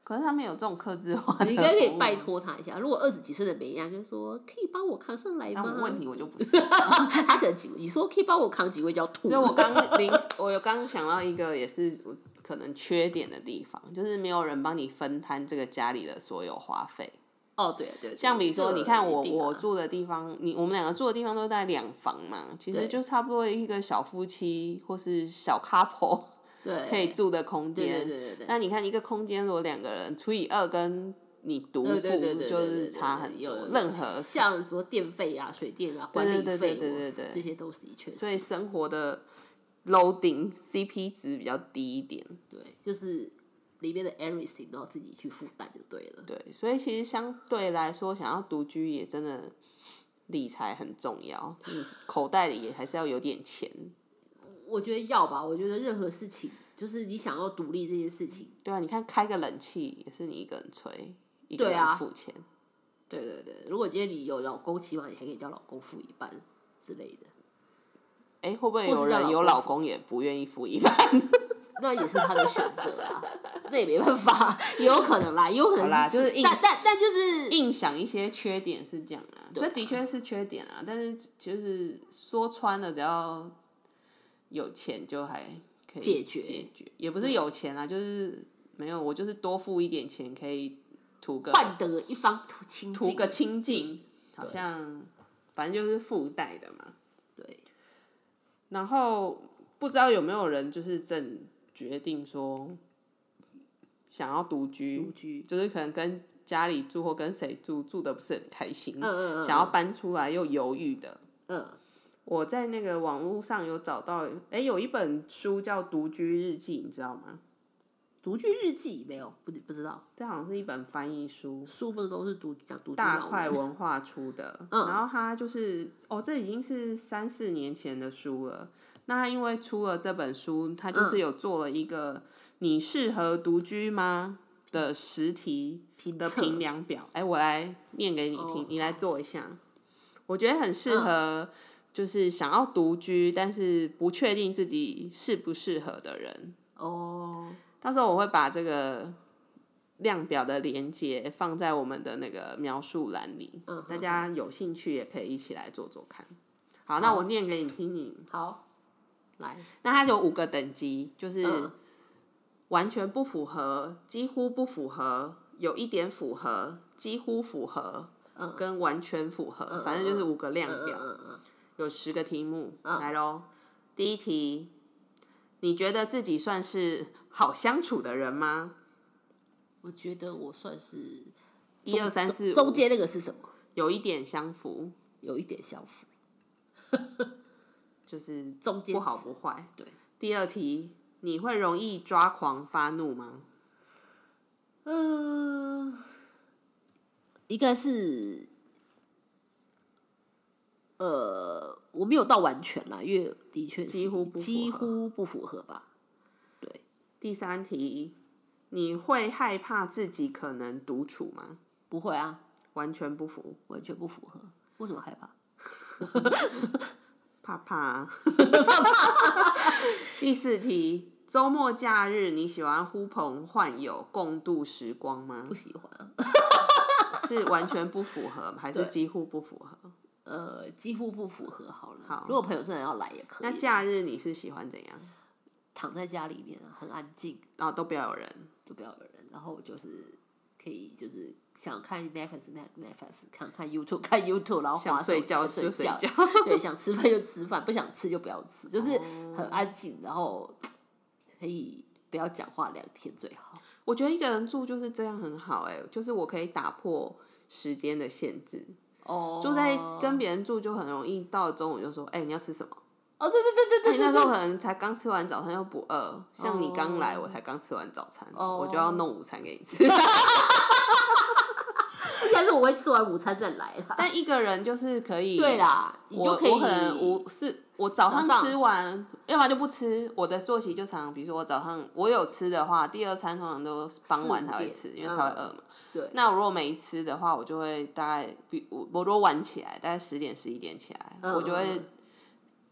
Speaker 1: 可是他们有这种克制化的，
Speaker 2: 你应该可以拜。托他一下。如果二十几岁的梅亚就说可以帮我扛上来
Speaker 1: 但
Speaker 2: 吗？
Speaker 1: 我问题我就不是。
Speaker 2: 他可能几位，你说可以帮我扛几位就要吐
Speaker 1: 所以我
Speaker 2: 了。
Speaker 1: 刚临，我有刚想到一个也是可能缺点的地方，就是没有人帮你分摊这个家里的所有花费。
Speaker 2: 哦，对对对，
Speaker 1: 像比如说，
Speaker 2: 这
Speaker 1: 你看我、
Speaker 2: 一定啊
Speaker 1: 我住的地方，你我们两个住的地方都在两房嘛，其实
Speaker 2: 对
Speaker 1: 就差不多一个小夫妻或是小 couple
Speaker 2: 对
Speaker 1: 可以住的空
Speaker 2: 对对
Speaker 1: 间。
Speaker 2: 对对对，
Speaker 1: 那你看一个空间如果两个人除以二，跟你独
Speaker 2: 对对对
Speaker 1: 付
Speaker 2: 对对
Speaker 1: 就
Speaker 2: 对
Speaker 1: 是
Speaker 2: 对
Speaker 1: 差
Speaker 2: 对
Speaker 1: 很
Speaker 2: 有
Speaker 1: 多
Speaker 2: 有，
Speaker 1: 任何
Speaker 2: 像什么电费啊、水电啊、管
Speaker 1: 对
Speaker 2: 理
Speaker 1: 对
Speaker 2: 费
Speaker 1: 对
Speaker 2: 啊，
Speaker 1: 对对对
Speaker 2: 这些都是的确是，
Speaker 1: 所以生活的 loading CP 值比较低一点。
Speaker 2: 对，就是里面的 everything 都要自己去负担就对了。
Speaker 1: 对，所以其实相对来说，想要独居也真的理财很重要，你口袋里也还是要有点钱。
Speaker 2: 我觉得要吧，我觉得任何事情，就是你想要独立这件事情，
Speaker 1: 对啊，你看开个冷气也是你一个人吹，一个
Speaker 2: 对啊
Speaker 1: 人付钱。
Speaker 2: 对对对。如果今天你有老公，起码你还可以叫老公付一半之类的，
Speaker 1: 哎、会不会
Speaker 2: 或是
Speaker 1: 有人
Speaker 2: 让老
Speaker 1: 有
Speaker 2: 公
Speaker 1: 老
Speaker 2: 付
Speaker 1: 公也不愿意付一半？
Speaker 2: 那也是他的选择啦，那也没办法，也有可能啦，也有可能
Speaker 1: 好啦就是硬
Speaker 2: 但但但就是
Speaker 1: 硬想一些缺点是这样啊，
Speaker 2: 对
Speaker 1: 这
Speaker 2: 啊
Speaker 1: 的确是缺点啊。但是就是说穿了，只要有钱就还可以
Speaker 2: 解决
Speaker 1: 解决，也不是有钱啊，就是没有我就是多付一点钱可以图个
Speaker 2: 换得一方图清
Speaker 1: 图
Speaker 2: 净
Speaker 1: 个，清净，好像反正就是附带的嘛。
Speaker 2: 对，
Speaker 1: 然后不知道有没有人就是正决定说想要独居，
Speaker 2: 独居
Speaker 1: 就是可能跟家里住或跟谁住住的不是很开心，
Speaker 2: 嗯嗯
Speaker 1: 想要搬出来又犹豫的。
Speaker 2: 嗯，
Speaker 1: 我在那个网络上有找到，哎，有一本书叫《独居日记》，你知道吗？
Speaker 2: 独居日记没有，不不知道，
Speaker 1: 这好像是一本翻译书，
Speaker 2: 书不是都是独讲独居
Speaker 1: 大
Speaker 2: 老
Speaker 1: 块
Speaker 2: 人
Speaker 1: 文化出的，
Speaker 2: 嗯
Speaker 1: 然后它就是哦，这已经是三四年前的书了。那它因为出了这本书，它就是
Speaker 2: 嗯
Speaker 1: 有做了一个“你适合独居吗”的实题
Speaker 2: 评
Speaker 1: 的
Speaker 2: 测
Speaker 1: 评量表。哎，我来念给你听
Speaker 2: 哦，嗯
Speaker 1: 你来做一下。我觉得很适合，就是想要独居，但是不确定自己适不适合的人。
Speaker 2: 哦，
Speaker 1: 到时候我会把这个量表的连接放在我们的那个描述栏里，
Speaker 2: 嗯
Speaker 1: 大家有兴趣也可以一起来做做看。好，那我念给你听你。
Speaker 2: 好，来，
Speaker 1: 那它有五个等级，就是
Speaker 2: 嗯
Speaker 1: 完全不符合、几乎不符合、有一点符合、几乎符合
Speaker 2: 嗯，
Speaker 1: 跟完全符合，反正就是五个量
Speaker 2: 嗯
Speaker 1: 表。
Speaker 2: 嗯嗯
Speaker 1: 有十个题目，
Speaker 2: 嗯
Speaker 1: 来喽。第一题，你觉得自己算是好相处的人吗？
Speaker 2: 我觉得我算是
Speaker 1: 一二三四五，
Speaker 2: 中间那个是什么？
Speaker 1: 有一点相符，
Speaker 2: 有一点相符，
Speaker 1: 就是
Speaker 2: 中间
Speaker 1: 不好不坏。
Speaker 2: 对，
Speaker 1: 第二题，你会容易抓狂发怒吗？
Speaker 2: 嗯、一个是呃，我没有到完全啦，因为的确是
Speaker 1: 几乎不符合
Speaker 2: 几乎不符合吧。
Speaker 1: 第三题，你会害怕自己可能独处吗？
Speaker 2: 不会啊，
Speaker 1: 完全不符。
Speaker 2: 完全不符合。为什么害怕？
Speaker 1: 怕怕。 第四题，周末假日你喜欢呼朋唤友共度时光吗
Speaker 2: 不？喜欢啊，
Speaker 1: 是完全不符合，还是
Speaker 2: 对
Speaker 1: 几乎不符合？
Speaker 2: 呃，几乎不符合好了。
Speaker 1: 好
Speaker 2: 如果朋友真的要来也可以。
Speaker 1: 那假日你是喜欢怎样？
Speaker 2: 躺在家里面啊很安静，
Speaker 1: 然后都不要有人，
Speaker 2: 就不要有人，然后就是可以就是想看 Netflix 那 Netflix，看看 YouTube 看 YouTube，然后
Speaker 1: 想
Speaker 2: 滑手
Speaker 1: 睡
Speaker 2: 机
Speaker 1: 觉
Speaker 2: 睡
Speaker 1: 就睡
Speaker 2: 觉，
Speaker 1: 觉
Speaker 2: 对，想吃饭就吃饭，不想吃就不要吃，就是
Speaker 1: 哦
Speaker 2: 很安静，然后可以不要讲话聊天最好。
Speaker 1: 我觉得一个人住就是这样很好、哎，就是我可以打破时间的限制。
Speaker 2: 哦，
Speaker 1: 住在跟别人住就很容易，到了中午就说，哎、你要吃什么？
Speaker 2: 哦，对对对
Speaker 1: 而
Speaker 2: 对
Speaker 1: 且
Speaker 2: 对，
Speaker 1: 那时候
Speaker 2: 对
Speaker 1: 可能才刚吃完早餐又不饿，像你刚来，
Speaker 2: 哦
Speaker 1: 我才刚吃完早餐，
Speaker 2: 哦
Speaker 1: 我就要弄午餐给你吃。
Speaker 2: 对但是我会吃完午餐再来啦。
Speaker 1: 但一个人就是可以，
Speaker 2: 对，啦，你
Speaker 1: 我
Speaker 2: 就可以
Speaker 1: 我可能我是我早上
Speaker 2: 早上
Speaker 1: 吃完，要么就不吃。我的作息就常常，比如说我早上我有吃的话，第二餐通常都傍晚才会吃
Speaker 2: 四五，
Speaker 1: 因
Speaker 2: 点嗯
Speaker 1: 为才会饿嘛。
Speaker 2: 对
Speaker 1: 那我如果没吃的话，我就会大概比我我如果晚起来，大概十点十一点起来，
Speaker 2: 嗯
Speaker 1: 我就
Speaker 2: 嗯
Speaker 1: 会
Speaker 2: 嗯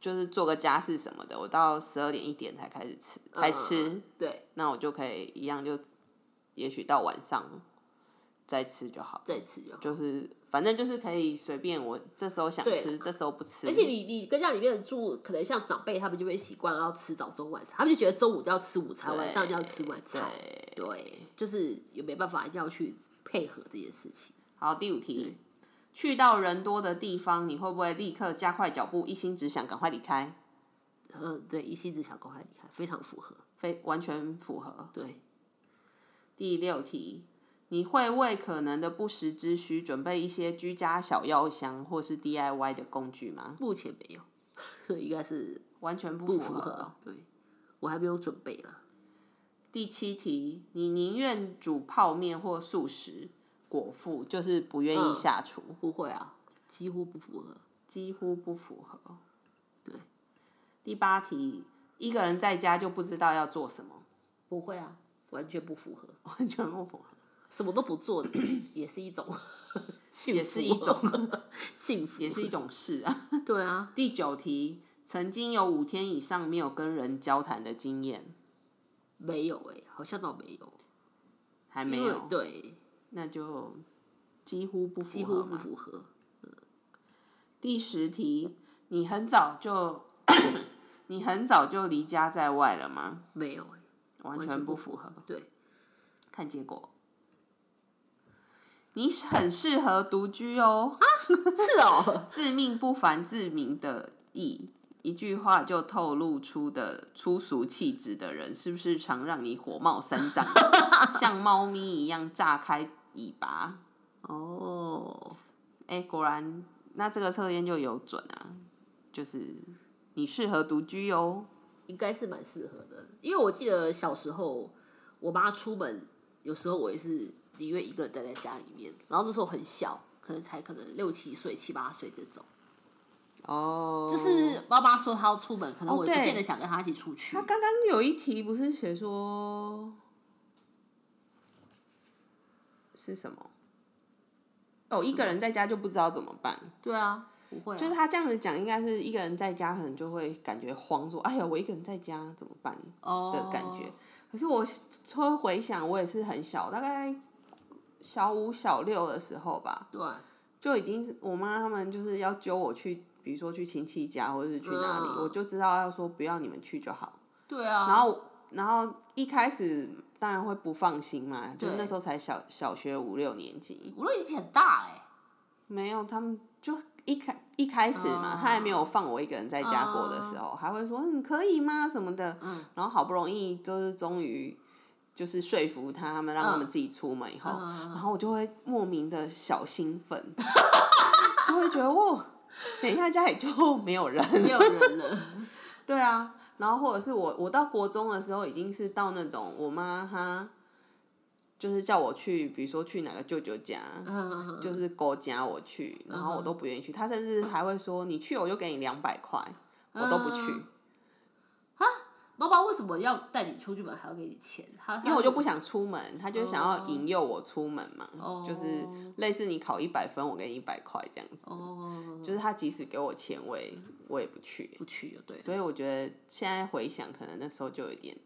Speaker 1: 就是做个家事什么的，我到十二点一点才开始吃，才吃。
Speaker 2: 嗯对，
Speaker 1: 那我就可以一样就，也许到晚上再吃就好。
Speaker 2: 再吃就好。
Speaker 1: 就是反正就是可以随便，我这时候想
Speaker 2: 对
Speaker 1: 吃，
Speaker 2: 啦
Speaker 1: 这时候不吃。
Speaker 2: 而且你你跟家里面住，可能像长辈他们就会习惯要吃早中晚餐，他们就觉得中午就要吃午餐，
Speaker 1: 对
Speaker 2: 晚上就要吃晚餐，
Speaker 1: 对
Speaker 2: 对，就是也没办法要去配合这件事情。
Speaker 1: 好，第五题，去到人多的地方，你会不会立刻加快脚步，一心只想赶快离开？
Speaker 2: 嗯，对，一心只想赶快离开，非常符合。
Speaker 1: 非完全符合。
Speaker 2: 对，
Speaker 1: 第六题，你会为可能的不时之需准备一些居家小药箱或是 DIY 的工具吗？
Speaker 2: 目前没有， 所以应该是
Speaker 1: 完全不
Speaker 2: 不
Speaker 1: 符
Speaker 2: 符合。对，我还没有准备啦。
Speaker 1: 第七题，你宁愿煮泡面或素食果腹，就是不愿意
Speaker 2: 嗯
Speaker 1: 下厨，
Speaker 2: 不会啊，几乎不符合。
Speaker 1: 几乎不符合。
Speaker 2: 对，
Speaker 1: 第八题，一个人在家就不知道要做什么，
Speaker 2: 不会啊，完全不符合，
Speaker 1: 完全不符合。
Speaker 2: 什么都不做 也是一种幸福，
Speaker 1: 也是一种
Speaker 2: 幸福，
Speaker 1: 也是一种事啊。
Speaker 2: 对啊。
Speaker 1: 第九题，曾经有五天以上没有跟人交谈的经验，
Speaker 2: 没有哎、好像倒没有，
Speaker 1: 还
Speaker 2: 因
Speaker 1: 没
Speaker 2: 为
Speaker 1: 有，
Speaker 2: 对，
Speaker 1: 那就几乎不符
Speaker 2: 几
Speaker 1: 合
Speaker 2: 乎不
Speaker 1: 嘛。
Speaker 2: 符合。
Speaker 1: 第十题，你很早就 你很早就离家在外了吗？
Speaker 2: 没有、欸，
Speaker 1: 完
Speaker 2: 完
Speaker 1: 全
Speaker 2: 全
Speaker 1: 不
Speaker 2: 不
Speaker 1: 符合。
Speaker 2: 对，
Speaker 1: 看结果，你很适合独居哦。
Speaker 2: 是哦，
Speaker 1: 自命不凡自明的意，一句话就透露出的粗俗气质的人，是不是常让你火冒三丈， 像猫咪一样炸开尾巴？
Speaker 2: 哦，
Speaker 1: 哎、果然，那这个测验就有准啊，就是你适合独居哦。
Speaker 2: 应该是蛮适合的，因为我记得小时候我妈出门，有时候我也是宁愿一个人待在家里面，然后那时候很小，可能才可能六七岁、七八岁这种，
Speaker 1: 哦，
Speaker 2: 就是妈妈说她要出门，可能
Speaker 1: 哦
Speaker 2: 我也不
Speaker 1: 对
Speaker 2: 见得想跟她一起出去
Speaker 1: 他，刚刚有一题不是写说是什么？哦，一个人在家就不知道怎么办。
Speaker 2: 对啊，不会、啊，
Speaker 1: 就是他这样子讲，应该是一个人在家，可能就会感觉慌，说：“哎呀，我一个人在家怎么办？”的
Speaker 2: 的
Speaker 1: 感觉。可是我会回想，我也是很小，大概小五、小六的时候吧，
Speaker 2: 对，
Speaker 1: 就已经是我妈他们就是要揪我去，比如说去亲戚家或者是去哪里，
Speaker 2: 嗯
Speaker 1: 我就知道要说不要你们去就好。
Speaker 2: 对啊，
Speaker 1: 然后，然后一开始当然会不放心嘛，就是
Speaker 2: 对
Speaker 1: 那时候才小小学五六年级。
Speaker 2: 我都已经很大哎、
Speaker 1: 没有，他们就一开一开始嘛，
Speaker 2: 哦
Speaker 1: 他还没有放我一个人在家过的时候，还会说你可以吗什么的。
Speaker 2: 嗯
Speaker 1: 然后好不容易就是终于就是说服他他们，让他们自己出门以后，
Speaker 2: 嗯
Speaker 1: 然后我就会莫名的小兴奋，就会觉得哇，等一下家里就没有人。
Speaker 2: 没有人了，
Speaker 1: 对啊，然后或者是我我到国中的时候，已经是到那种我妈她就是叫我去，比如说去哪个舅舅家，
Speaker 2: 嗯，
Speaker 1: 就是勾加我去，然后我都不愿意去。他甚至还会说：“你去我就给你两百块。”我都不去
Speaker 2: 嗯，妈妈为什么要带你出去玩还要给你钱？他
Speaker 1: 因为我就不想出门，他就想要引诱我出门嘛，
Speaker 2: 哦
Speaker 1: 就是类似你考一百分，我给你一百块这样子。
Speaker 2: 哦，
Speaker 1: 就是他即使给我钱，我也我也不去。
Speaker 2: 不去就对了，
Speaker 1: 所以我觉得现在回想，可能那时候就有一点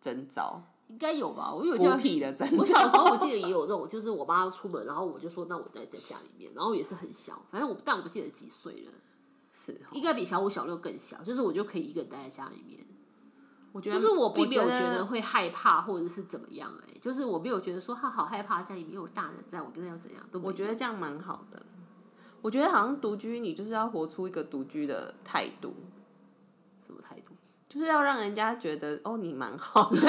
Speaker 1: 征兆，
Speaker 2: 应该有吧？我有
Speaker 1: 孤
Speaker 2: 叫
Speaker 1: 僻的征
Speaker 2: 我小时
Speaker 1: 兆。
Speaker 2: 候我记得也有那种，就是我妈出门，然后我就说那我待在家里面，然后也是很小，反正我但我不记得几岁了，
Speaker 1: 是哦
Speaker 2: 应该比小五小六更小，就是我就可以一个人待在家里面，
Speaker 1: 我觉得
Speaker 2: 就是我并没有
Speaker 1: 我
Speaker 2: 觉
Speaker 1: 觉
Speaker 2: 得会害怕或者是怎么样、哎，就是我没有觉得说哈好害怕，家里没有大人在，我跟他要怎样都没有
Speaker 1: 我觉得这样蛮好的。我觉得好像独居，你就是要活出一个独居的态度，
Speaker 2: 什么态度，
Speaker 1: 就是要让人家觉得哦，你蛮好的。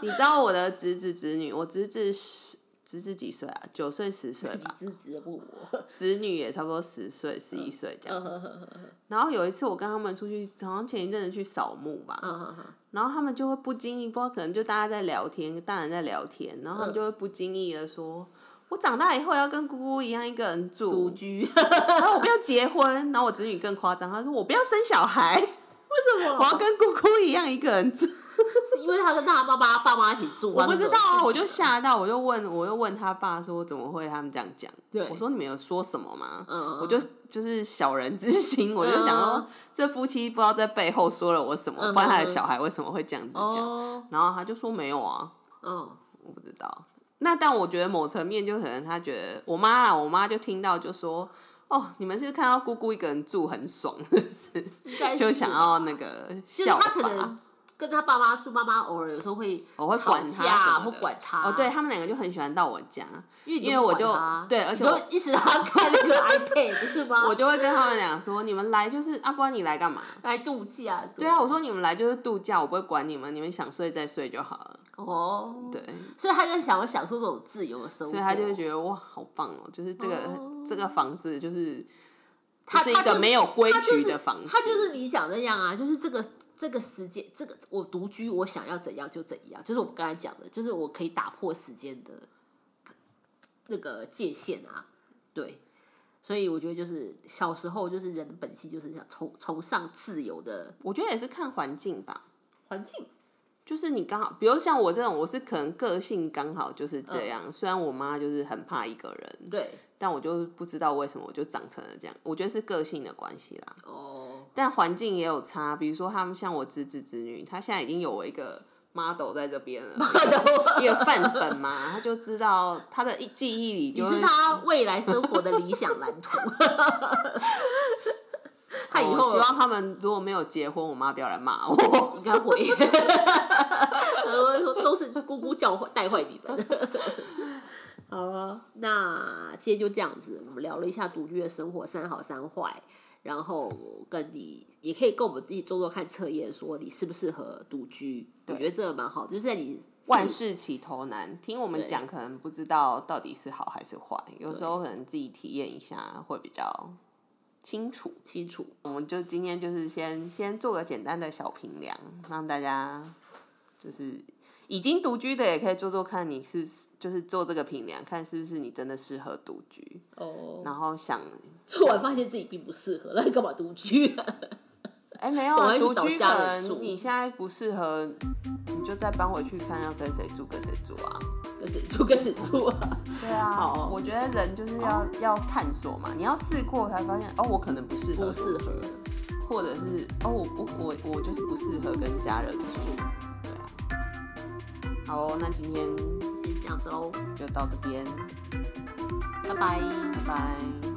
Speaker 1: 你知道我的侄子侄女，我侄子十侄子几岁啊？九岁十岁
Speaker 2: 你
Speaker 1: 吧，
Speaker 2: 支持 不 我，
Speaker 1: 侄女也差不多十岁十一岁
Speaker 2: 嗯
Speaker 1: 这样。然后有一次我跟他们出去，好像前一阵子去扫墓吧，
Speaker 2: 嗯
Speaker 1: 然后他们就会不经意，不知道可能就大家在聊天，大人在聊天，然后
Speaker 2: 嗯
Speaker 1: 他们就会不经意的说：“我长大以后要跟姑姑一样一个人
Speaker 2: 独
Speaker 1: 住，
Speaker 2: 居，为
Speaker 1: 然后我不要结婚。”然后我侄女更夸张，她说：“我不要生小孩，
Speaker 2: 什
Speaker 1: 我要跟姑姑一样一个人住。
Speaker 2: 是因为他跟他爸爸爸妈一起住”吗，
Speaker 1: 我不知道
Speaker 2: 那
Speaker 1: 啊，
Speaker 2: 种
Speaker 1: 我
Speaker 2: 事情
Speaker 1: 就吓到，我就问，我又问他爸说：“怎么会他们这样讲？”
Speaker 2: 对
Speaker 1: 我说：“你们有说什么吗？”
Speaker 2: 嗯
Speaker 1: 我就就是小人之心，我就想说、
Speaker 2: 嗯
Speaker 1: 这夫妻不知道在背后说了我什么，不然他的
Speaker 2: 嗯嗯嗯
Speaker 1: 小孩为什么会这样子讲？
Speaker 2: 哦，
Speaker 1: 然后他就说：“没有啊。”
Speaker 2: 嗯，
Speaker 1: 我不知道。那但我觉得某层面就可能他觉得我妈啊，我妈就听到就说：“哦，你们是不是看到姑姑一个人住很爽， 是不是？
Speaker 2: 应该
Speaker 1: 就是想
Speaker 2: 吧
Speaker 1: 要那个
Speaker 2: 哎就是
Speaker 1: 效
Speaker 2: 他可
Speaker 1: 法
Speaker 2: 能。跟他爸妈住，妈妈偶尔有时候会
Speaker 1: 我哦会
Speaker 2: 吵
Speaker 1: 管他
Speaker 2: 架，
Speaker 1: 什么
Speaker 2: 会
Speaker 1: 的
Speaker 2: 管他。
Speaker 1: 哦，对，他们两个就很喜欢到我家，
Speaker 2: 因为
Speaker 1: 因
Speaker 2: 因
Speaker 1: 为我就对而且我
Speaker 2: 一直让他看 那个 iPad 是吗？
Speaker 1: 我就会跟他们俩说：“你们来就是啊，不然你来干嘛
Speaker 2: 来度假。？”
Speaker 1: 对啊，我说你们来就是度假，我不会管你们，你们想睡再睡就好了。
Speaker 2: 哦，
Speaker 1: 对，
Speaker 2: 所以他就想要享受这种自由的生活，
Speaker 1: 所以他就会觉得哇，好棒哦，就是这个、
Speaker 2: 哦
Speaker 1: 这个房子就是
Speaker 2: 他
Speaker 1: 是一个没有规矩的房子
Speaker 2: 他就是他就是你讲的那样啊，就是这个这个时间，这个我独居，我想要怎样就怎样，就是我们刚才讲的，就是我可以打破时间的那个界限啊，对。所以我觉得，就是小时候，就是人的本性就是想崇崇尚自由的
Speaker 1: 我觉得也是看环境吧。
Speaker 2: 环境。
Speaker 1: 就是你刚好，比如像我这种，我是可能个性刚好就是这
Speaker 2: 嗯
Speaker 1: 样。虽然我妈就是很怕一个人，
Speaker 2: 对，
Speaker 1: 但我就不知道为什么我就长成了这样。我觉得是个性的关系啦，
Speaker 2: 哦，
Speaker 1: 但环境也有差。比如说他们像我侄子侄女，他现在已经有我一个 model 在这边了， 一个范本嘛，他就知道他的一记忆里
Speaker 2: 你
Speaker 1: 就是
Speaker 2: 他未来生活的理想蓝 图。 他以
Speaker 1: 我
Speaker 2: 后
Speaker 1: 哦希望他们如果没有结婚，我妈不要来骂我。
Speaker 2: 应该会， 呃我说都是姑姑教坏带坏你们。 好啊了，那今天就这样子，我们聊了一下独居的生活，三好三坏，然后跟你也可以跟我们自己做做看测验，说你适不适合独居。我觉得这个蛮好，就是在你
Speaker 1: 万事起头难，听我们
Speaker 2: 对
Speaker 1: 讲可能不知道到底是好还是坏，有时候可能自己体验一下会比较清楚。
Speaker 2: 清楚。
Speaker 1: 我们就今天就是先先做个简单的小评量，让大家就是已经独居的也可以做做看，你是就是做这个评量，看是不是你真的适合独居，
Speaker 2: 哦，
Speaker 1: 然后想。
Speaker 2: 做完发现自己并不适合，那你干嘛独居、
Speaker 1: 哎，没有
Speaker 2: 我
Speaker 1: 啊，
Speaker 2: 还一直
Speaker 1: 独
Speaker 2: 找
Speaker 1: 居可
Speaker 2: 家人住
Speaker 1: 能你现在不适合，你就再搬回去看要跟谁住跟谁住啊。
Speaker 2: 跟谁住跟谁住啊？
Speaker 1: 对啊，
Speaker 2: 好哦
Speaker 1: 我觉得人就是要要探索嘛，你要试过才发现，哦，我可能不适合，
Speaker 2: 不适合，
Speaker 1: 或者是哦，我我我我就是不适合跟家人住，对啊。好哦、那今天
Speaker 2: 先这样子喽，
Speaker 1: 就到这边，
Speaker 2: 拜拜。
Speaker 1: 拜拜。